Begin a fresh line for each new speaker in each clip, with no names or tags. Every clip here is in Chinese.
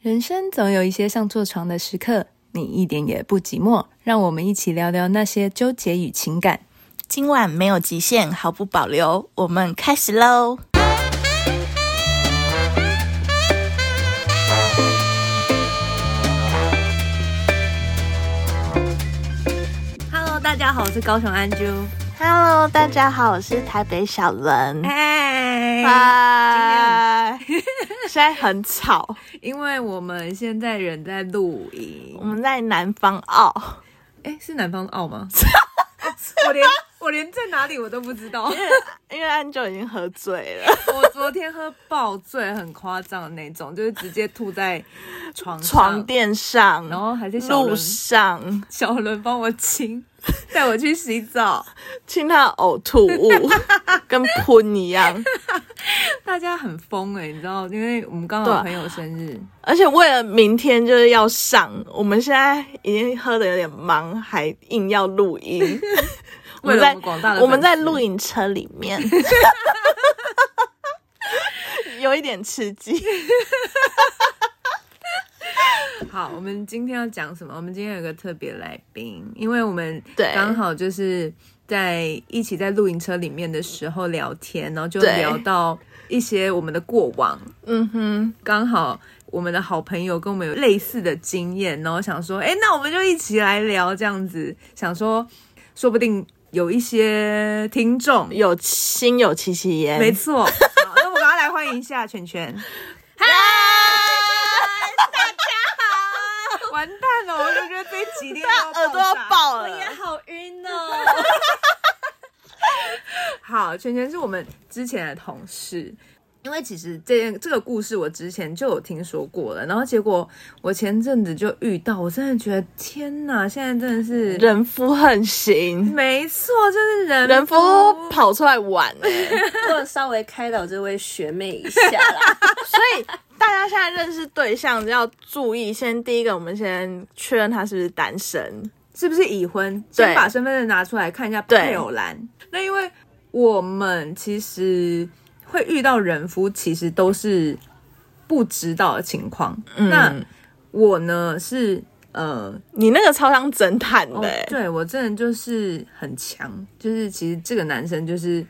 人生总有一些像坐床的时刻，你一点也不寂寞。让我们一起聊聊那些纠结与情感。
今晚没有极限，毫不保留，我们开始喽！
Hello，大家好，我是高雄安啾。
Hello，大家好，我是台北小伦。
嗨，
嗨，现在很 吵，
因为我们现在人在露营
我，们在南方澳，
哎，是南方澳吗？ 我连我连在哪里我都不知 道。
因为安久已经喝醉了，
我昨天喝爆醉，很夸张的那种，就是直接吐在床上
床，垫上，
然后还是小
路
伦
上，
小伦帮我清，带我去洗澡。
听到呕吐 物，跟喷一样。
大家很疯哎、你知道，因为我们刚
对
好
啊
朋友生日，
而且为了明天就是要上，我们现在已经喝的有点忙，还硬要录音。
为了我们广大的粉丝
我们在录影车里面， 有一点刺激。
好，我们今天要讲什么？我们今天有个特别来宾，因为我们
对
刚好就是在一起在露营车里面的时候聊天，然后就
对
聊到一些我们的过往，
嗯哼，
刚好我们的好朋友跟我们有类似的经验，然后想说，哎，那我们就一起来聊这样子，想说，说不定有一些听众，
有心有戚戚焉。
没错。好，那我们赶快来欢迎一下圈圈。完蛋了，我就觉得这一集一定要
耳朵要
炸
爆了
我也好晕哦。 好，圈圈是我们之前的同事，因为其实这件这个故事我之前就有听说过了，然后结果我前阵子就遇到，我真的觉得天哪，现在真的是，
人夫横行，
没错，就是人
人夫跑出来玩、欸
或者稍微开导这位学妹一下啦。
所以大家现在认识对象要注意，先第一个我们先确认他是不是单身。
是不是已婚？
对
先把身份证拿出来看一下
对
配偶栏。那因为我们其实会遇到人夫，其实都是不知道的情况。
嗯
那我呢是呃，
你那个超像侦探的、
哦
欸
对我真的就是很强，就是其实这个男生就是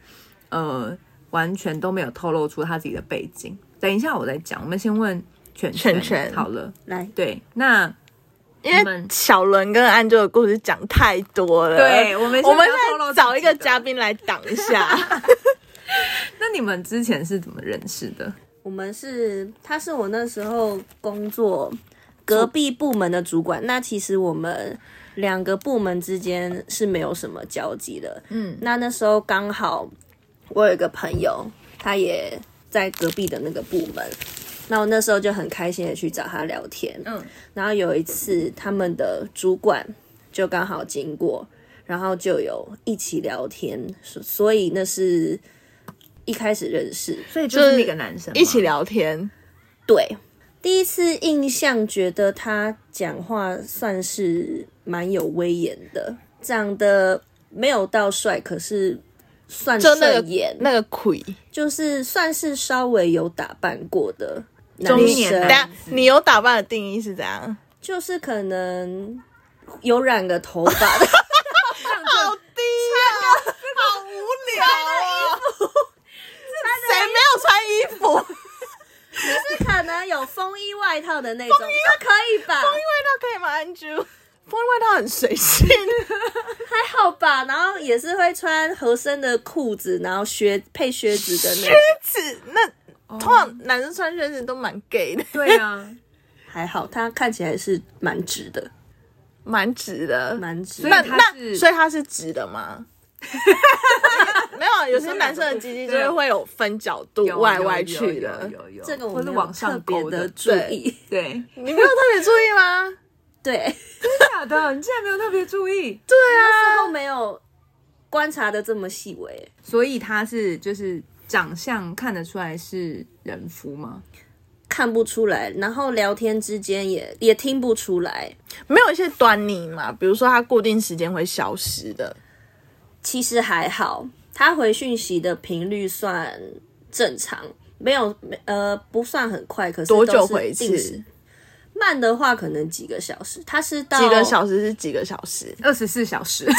呃，完全都没有透露出他自己的背景。等一下我再讲，我们先问犬
犬犬
好了。
来，
对，那
因
我
为
们
小伦跟安啾的故事讲太多了，
对我们先
我们
不要透露
再找一个
自己的
嘉宾来挡一下。
那你们之前是怎么认识的？
我们是，他是我那时候工作隔壁部门的主管。那其实我们两个部门之间是没有什么交集的。
嗯，
那那时候刚好我有一个朋友，他也在隔壁的那个部门。那我那时候就很开心的去找他聊天，
嗯，
然后有一次他们的主管就刚好经过，然后就有一起聊天，所所以那是一开始认识，
所以就
就是
是那个男生
一起
聊。
聊天，
对，第一次印象觉得他讲话算是蛮有威严的，长得没有到帅，可是算
就那
顺
个
眼，
那个鬼。
就是算是稍微有打扮过的男
中年
生
等
男，
下，你有打扮的定义是怎样？
就是可能有染个头发 的。
好低啊，好无聊啊！谁没有穿衣服？
就是可能有风衣外套的那种，这可以吧？
因为那可以吗？安啾，因为他很随性，
还好吧。然后也是会穿合身的裤子，然后靴配靴子的那
靴
种，
子那
哦
通常男生穿靴子都蛮 gay 的，
对啊，
还好他看起来是蛮直的，
蛮直的，
蛮
所
直的。
以
那
他
那
是
所以他是直的 吗？没有啊，有些男生的鸡鸡就是会有分角度
有
歪
有
歪
有
去
有
的。
有有，
这个我
或
们
是往上
特别
勾
的
的，
注意。
对，
你没有特别注意吗？
对，
真假的，啊你竟然没有特别注意，
那时候没有观察的这么细微。
所以他是就是长相看得出来是人夫吗？
看不出来，然后聊天之间也也听不出来。
没有一些端倪嘛，比如说他固定时间会消失的，
其实还好，他回讯息的频率算正常，没有呃不算很快，可是
多
都
久
是
回一
定时
次？
慢的话可能几个小时，他是到
几个小时是几个小时？
二十四小时，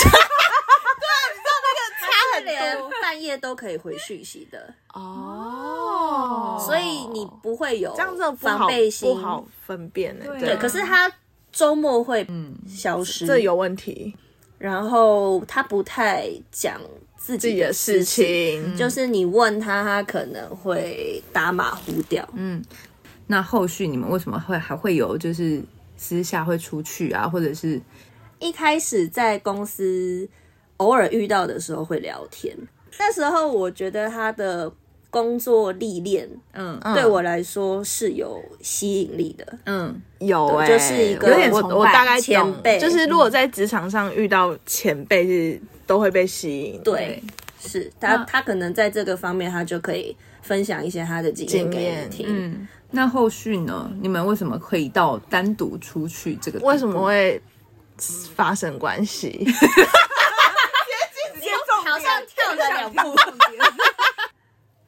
他是连半夜都可以回讯息的，
哦
所以你不会有
这样子不
防
好
备心
不。好分辨欸呢、
对
对，
啊
可是他周末会消失，
嗯这有问题，
然后他不太讲自
自
己
己的事
事情，
情嗯
就是你问他，他可能会打马虎掉。
嗯
那后续你们为什么会还会有就是私下会出去啊，或者是
一开始在公司偶尔遇到的时候会聊天，那时候我觉得他的工作历练
嗯
对我来说是有吸引力的。
嗯
有哎、
就是一个
有点
我
崇拜我大概懂
前辈
就是如果在职场上遇到前辈是都会被吸引，
对，是他
那
他可能在这个方面，他就可以分享一些他的经验
经
给
验
你听。
嗯，那后续呢？你们为什么可以到单独出去这个？
为什么？会发生关 系？
好像跳了两 步。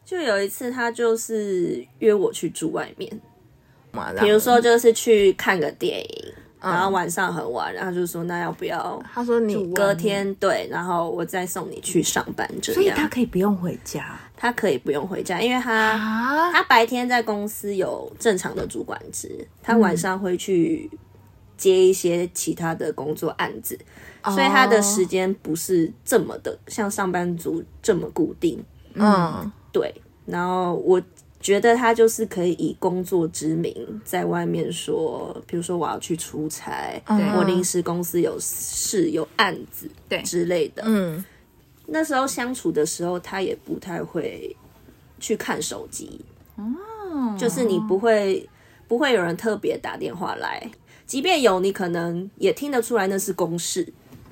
就有一次，他就是约我去住外面，
嘛
嗯
比如
然后
说就是去看个电影，然后晚上很晚，然后就说那要不要
他说你
隔天对，然后我再送你去上班这
所以
样。
他可以不用回家，
他可以不用回家，因为他
啊，
他白天在公司有正常的主管职，
嗯
他晚上会去接一些其他的工作案子，所以
哦
他的时间不是这么的像上班族这么固定。
嗯，
对，然后我觉得他就是可以以工作之名在外面说，比如说我要去出差，
嗯
我临时公司有事有案子，
对
之类的。
嗯，
那时候相处的时候，他也不太会去看手机，哦，就是你不会不会有人特别打电话来。即便有，你可能也听得出来那是公事，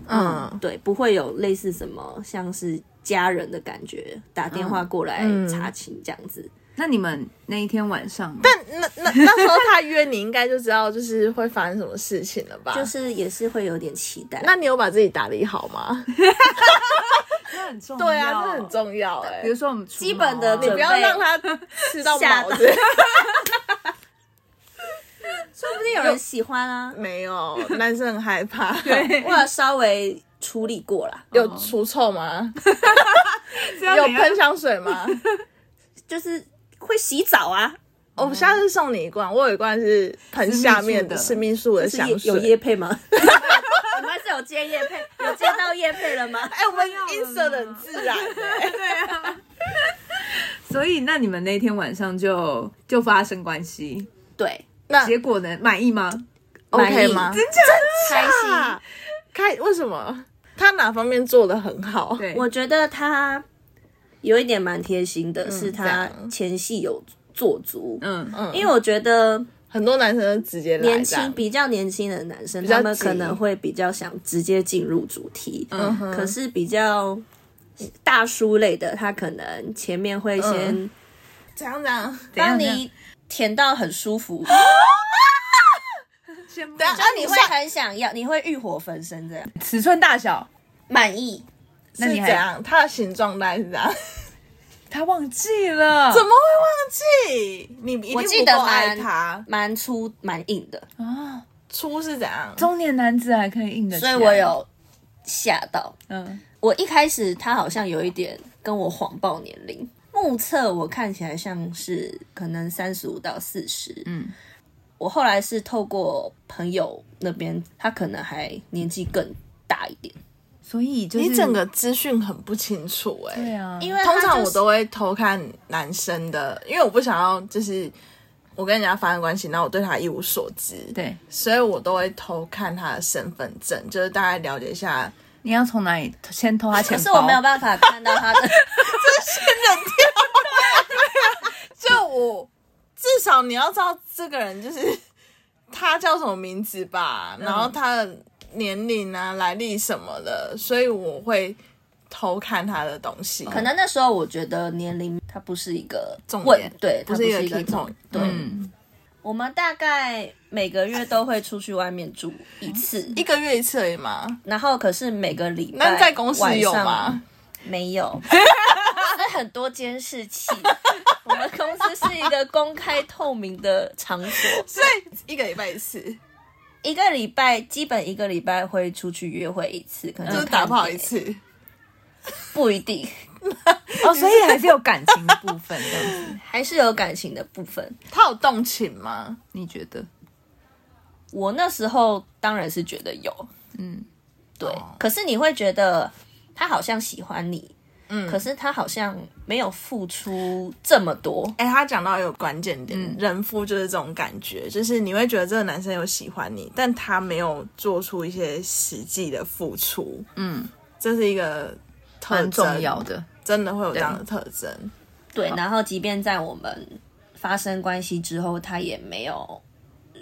嗯，
对，不会有类似什么像是家人的感觉，打电
嗯
话过来查寝这样子。
那你们那一天晚上，
但那那那时候他约你，应该就知道就是会发生什么事情了吧？
就是也是会有点期待。
啊那你有把自己打理好吗？
这很重要
对啊，这很重要哎、
比如说我们啊基
本的
你不要让他吃到
吓
毛
到
子。
说不定有人喜欢啊，
没有，男生很害怕。对，
我有稍微处理过啦，
有除臭吗？有
有
喷香水吗？
就是会洗澡啊，
我下次送你一罐，我有一罐是喷下面的
私
私密素的
是
香
业
水。
有叶配吗？ 我们还是有接叶配，有接到叶配了 吗？
哎、我们音色的很自然、欸，
所以那你们那天晚上就就发生关系，
对，
那
结果呢？满意吗？
满
OK
意
吗？
开心。
啊，开为什么？他哪方面做的很好？
对，
我觉得他有一点蛮贴心的，是
嗯这
他
样
前戏有做足，
嗯嗯，
因为我觉得
很多男生就直接来
年
这样
轻比较年轻的男生，
较
他们
急
可能会比较想直接进入主题，
嗯
可是比较大叔类的，他可能前面会先
怎样怎样？
怎样
帮嗯你舔到很舒 服，
羡慕
下
啊你会很想要，你会欲火焚身这样，
尺寸大小，
满意。
那
是
你
怎
还
样？他的形状大概是这样，
他忘记了，
怎么会忘记？你一
我
定
记
不
得
够爱
蛮
他。
蛮粗蛮硬的，
啊？
粗是怎样？
中年男子还可以硬得起
所
来，
以我有吓到。
嗯，
我一开始他好像有一点跟我谎报年龄，目测我看起来像是可能三十五到四十，
嗯，
我后来是透过朋友那边，他可能还年纪更大一点，
所以就是
你整个资讯很不清楚哎、
对啊，
因
为
为他
通常
就
我
是
都会偷看男生的，因为我不想要就是我跟人家发生关系，然后我对他一无所知，，
对，
所以我都会偷看他的身份证，就是大概了解一下。
你要从哪里先偷他钱
可是
包？
我没有办法看 到他的，
就我至少你要知道这个人就是 他叫什么名字吧，
嗯
然后他的年龄啊、来历什么的，所以我会偷看他的东西。
可能那时候我觉得年龄它不是一个
重
问
点
对，它
不
不
是一个
一个
key
重
point
对，
嗯
我们大概每个月都会出去外面住一次，
一个月一次而已嘛。
然后可是每个礼拜
那在公司有
晚 上
吗？
没有，所以很多监视器。 我们公司是一个公开透明的场所，
所以一个礼拜一次，
一个礼拜基本一个礼拜会出去约会一次，嗯可能
就是打炮
看
一
电影，
次。
不一定，
哦，所以还是有感情的部分这样子。
还是有感情的部分。
他有动情吗？
你觉得？
我那时候当然是觉得有，
嗯，
对，
哦
可是你会觉得他好像喜欢你，
嗯
可是他好像没有付出这么多，
哎、他讲到有关键点，人夫就是这种感觉，就是你会觉得这个男生有喜欢你，但他没有做出一些实际的付出，
嗯，
这是一个特
蛮
征
重要，的。
真的会有这样的特征。
对，然后即便在我们发生关系之后，他也没有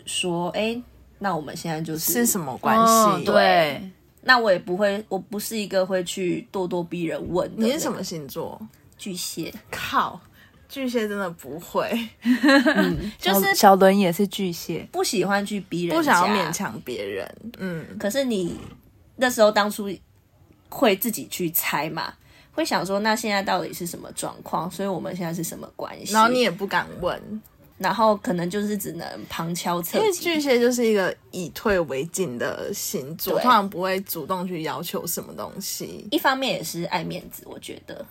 说，哎、那我们现在就是
是什
么？
么关系、
哦对，
那我也不会，我不是一个会去咄咄逼人问的、
你是什么？星座？
巨蟹，
靠，巨蟹真的不会，
就是
小伦也是巨 蟹，
不喜欢去逼 人，
哦不想要勉。强别人。嗯，
可是你那时候当初会自己去猜嘛，会想说那现在到底是什么状况？所以我们现在是什么关系？
然后你，也不敢问，
然后可能就是只能旁敲侧
因为巨
击。
蟹就是一个以退为进的星座，
对
通常不会主动去要求什么东西。
一方面也是爱面子，我觉得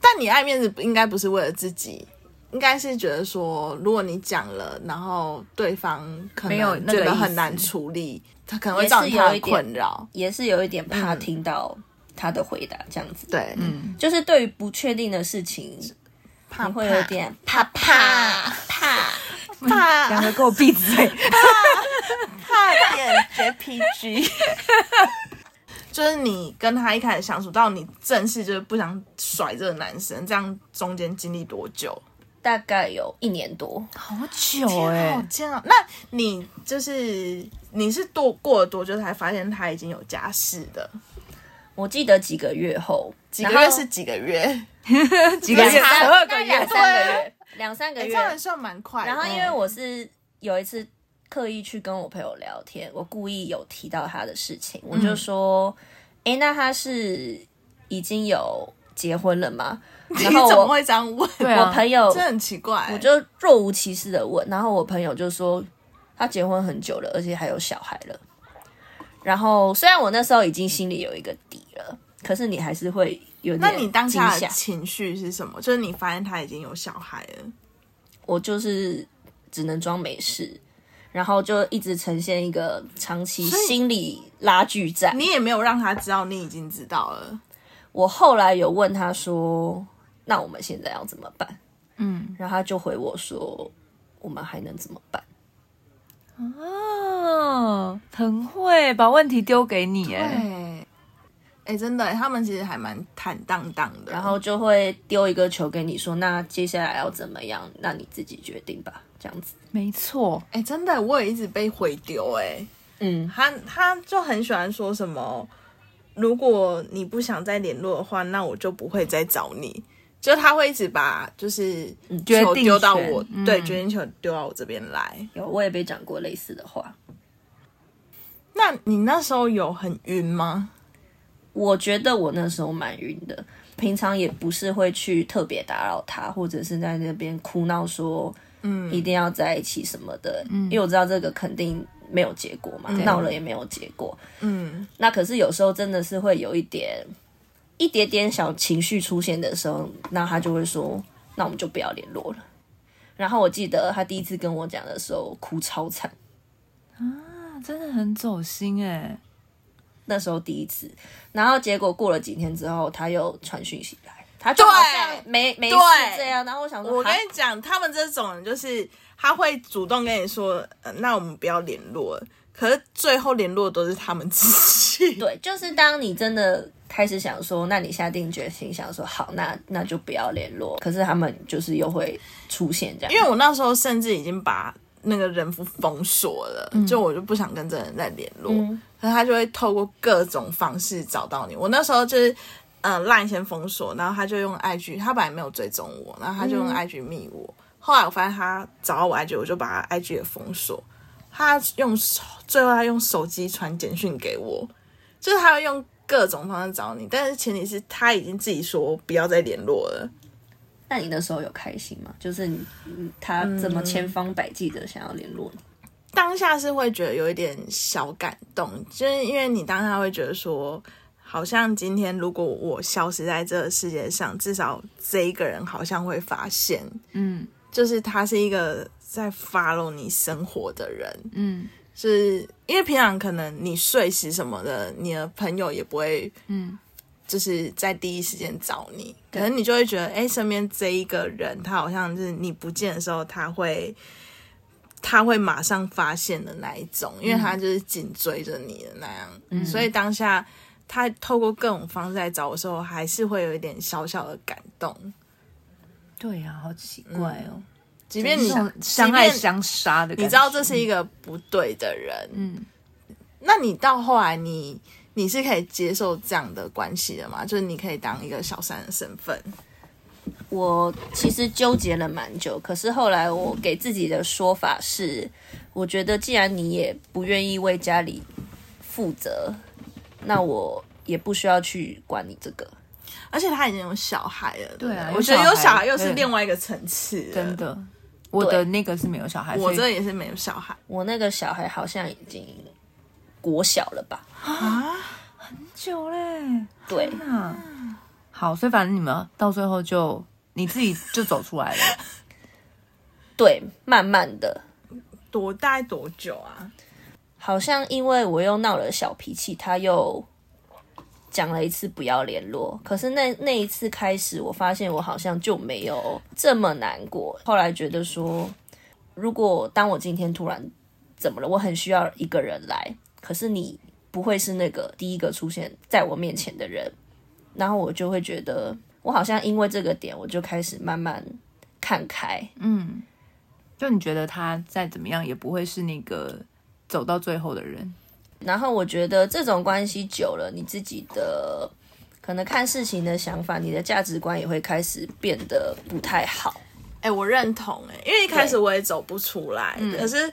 但你爱面子应该不是为了自己，应该是觉得说，如果你讲了，然后对方可
没有
能
那个
觉
意
得很
思
难处理，他可能会
也是
造成他
有一
的
点
困扰。
也是有一点
嗯
怕听到他的回答这样子。，
对，嗯，
就是对于不确定的事情，
怕
你会有点怕怕
怕
怕。
怕
两个给我闭嘴。
差点 JPG。就是你跟他一开始相处到你正式就是不想甩这个男生，这样中间经历多久？
大概有一年多，
好
哦
久哎、
欸
好煎熬。啊那你就是你是多过了多久才发现他已经有家室的？
我记得几个月后，
几个
然
月
后
是几个月？
几啊个月，
两三
十二个
大概
月
两，三个月，两三个
哎
月
这样也算蛮快的。嗯
然后因为 我是有一次刻意去跟我朋友聊天，我故意有提到他的事
嗯
情，我就说，哎、那他是已经有结婚了吗？
你
然后
怎么
我
会这 样问？
对
我
啊
朋友
这很奇怪。
我就若无其事的问，然后我朋友就说他结婚很久了，而且还有小孩了。然后虽然我那时候已经心里有一个底了，可是你还是会有点
那你当下的
惊吓
情绪是什么？就是你发现他已经有小孩了，
我就是只能装没事，然后就一直呈现一个长期
所以
心理拉锯战。
你也没有让他知道你已经知道了。
我后来有问他说：“那我们现在要怎么办
嗯？”，
然后他就回我说：“我们还能怎么办
哦，很会把问题丢给你哎、
哎、哎，真的耶，他们其实还蛮坦荡荡的。？”
然后就会丢一个球给你说：“那接下来要怎么样？那你自己决定吧。”这样子，
没错，
哎、真的，我也一直被回丢。哎，
嗯，
他他就很喜欢说什么，如果你不想再联络的话，那我就不会再找你。就他会一直把就是
决
球
定
丢到
权
我，
嗯
对，决定球丢到我这边来。
有我也被讲过类似的话。
那你那时候有很晕吗？
我觉得我那时候蛮晕的，平常也不是会去特别打扰他，或者是在那边哭闹说，嗯，一定要在一起什么的，嗯，因为我知道这个肯定没有结果嘛，闹了也没有结果。
嗯，
那可是有时候真的是会有一点一点点小情绪出现的时候，那他就会说，那我们就不要联络了。然后我记得他第一次跟我讲的时候，哭超惨。
啊真的很走心哎、
那时候第一次，然后结果过了几天之后，他又传讯息来，他就好像
对
没没事
对
这样，然后我想说，
我跟
哈
你讲，他们这种人就是他会主动跟你说，呃、那我们不要联络了。可是最后联络的都是他们自己。
对，就是当你真的开始想说，那你下定决心想说，好，那那就不要联络，可是他们就是又会出现这样，
因为我那时候甚至已经把那个人夫封锁了，就我就不想跟这个人再联络，
嗯
可是他就会透过各种方式找到你。我那时候就是。呃，line 先封锁，然后他就用 IG，他本来没有追踪我，然后他就
嗯
用 IG 密我。后来我发现他找到我 IG，我就把他 IG 也封锁。他用手，最后他用手机传简讯给我，就是他会用各种方式找你，但是前提是他已经自己说不要再联络了。
那你那时候有开心吗？就是你嗯他这么千方百计的想要联络你，
当下是会觉得有一点小感动，就是因为你当下会觉得说，好像今天如果我消失在这个世界上，至少这一个人好像会发现，
嗯
就是他是一个在 follow 你生活的人，
嗯
是因为平常可能你睡时什么的，你的朋友也不会
嗯，
就是在第一时间找你，可能你就会觉得，哎、身边这一个人，他好像是你不见的时候，他会他会马上发现的那一种，因为他就是紧追着你的那样，所以当下他透过各种方式来找我的时候，还是会有一点小小的感动，
对呀、好奇怪哦。
即
即
便你
相爱
即便
相杀的感觉，
你知道这是一个不对的人，
嗯，
那你到后来你。你是可以接受这样的关系的吗？就是你可以当一个小三的身份，
我其实纠结了蛮久，可是后来我给自己的说法是，我觉得既然你也不愿意为家里负责，那我也不需要去管你这个。
而且他已经有小孩了，
对啊
不
有
我觉得
小
有小
孩
孩又是
对
另外一个层次，
真。的。我的那个是没有小孩，
我
所
这
以
也是没有小孩，
我那个小孩好像已经国小了吧？
久嘞，
对，
那好，所以反正你们到最后就你自己就走出来了，
对，慢慢的，
多大概多久啊？
好像因为我又闹了小脾气，他又讲了一次不要联络。可是那那一次开始，我发现我好像就没有这么难过。后来觉得说，如果当我今天突然怎么了，我很需要一个人来，可是你不会是那个第一个出现在我面前的人，然后我就会觉得，我好像因为这个点，我就开始慢慢看开。
嗯，就你觉得他再怎么样也不会是那个走到最后的人，
然后我觉得这种关系久了，你自己的可能看事情的想法，你的价值观也会开始变得不太好。
哎、我认同哎、因为一开始
对
我也走不出来，
嗯
可是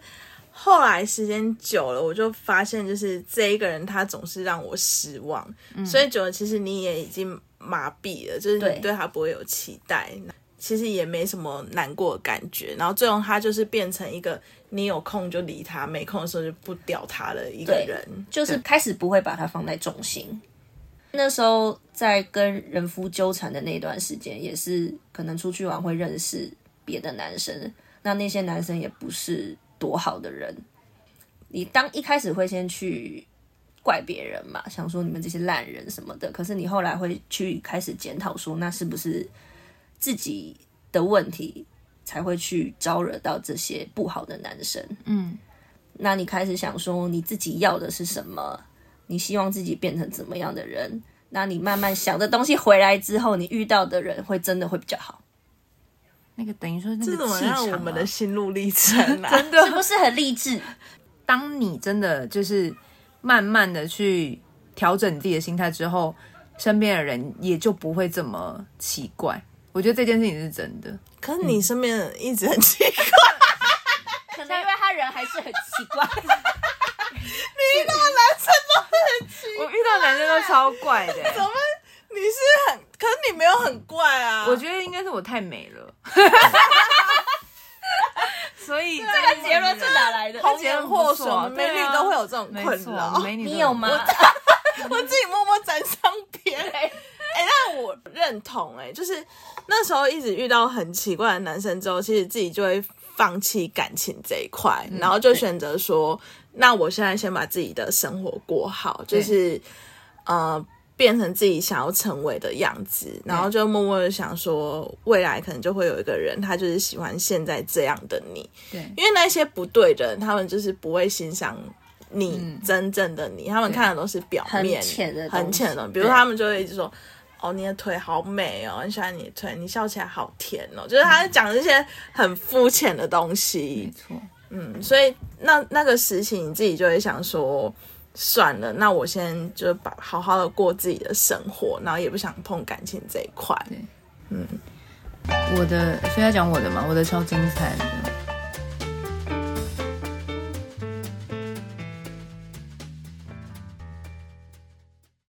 后来时间久了，我就发现就是这一个人他总是让我失望，
嗯
所以久了其实你也已经麻痹了，就是
对
你对他不会有期待，其实也没什么难过的感觉，然后最后他就是变成一个你有空就理他，没空的时候就不屌他的一个
对
人，
就是开始不会把它放在重心。那时候在跟人夫纠缠的那段时间，也是可能出去玩会认识别的男生，那那些男生也不是多好的人。你当一开始会先去怪别人嘛，想说你们这些烂人什么的，可是你后来会去开始检讨说，那是不是自己的问题才会去招惹到这些不好的男生？
嗯，
那你开始想说你自己要的是什么，你希望自己变成怎么样的人？那你慢慢想的东西回来之后，你遇到的人会真的会比较好，
那个等于说那
这
个
怎么
气场、啊
让，我们的心路历程 啊？
真的
是不是很励志？
当你真的就是慢慢的去调整你自己的心态之后，身边的人也就不会这么奇怪。我觉得这件事情是真的，
可是
嗯
你身边的人一直很奇怪，
可能因为他人还是很奇 怪，
我遇到男生都超怪的、
怎么你是很？可是你没有很怪啊。
我觉得应该是我太美了，所以
这个结论是哪来的？
他结
论
论
获
获
损
损，
美
美
女
女
都
都
会
会
有
有这种
没
困
错，
扰。
美女都
你有吗？
我自己默默沾上边。哎、但我认同哎、就是那时候一直遇到很奇怪的男生之后，其实自己就会放弃感情这一块，
嗯
然后就选择说，那我现在先把自己的生活过好，
对
就是呃。变成自己想要成为的样子，然后就默默的想说，未来可能就会有一个人，他就是喜欢现在这样的你，
对，
因为那些不对的人，他们就是不会欣赏你真正的你，他们看的都是表面
嗯很浅的东西
很浅的东西。比如
对
他们就会一直说：“哦，你的腿好美哦，很喜欢你的腿，你笑起来好甜哦。”就是他
嗯
讲这些很肤浅的东
没
西。
错，
嗯，所以那那个时期，你自己就会想说。算了，那我先就把好好的过自己的生活，然后也不想碰感情这一块。
我的，所以要讲我的嘛，我的超精彩的。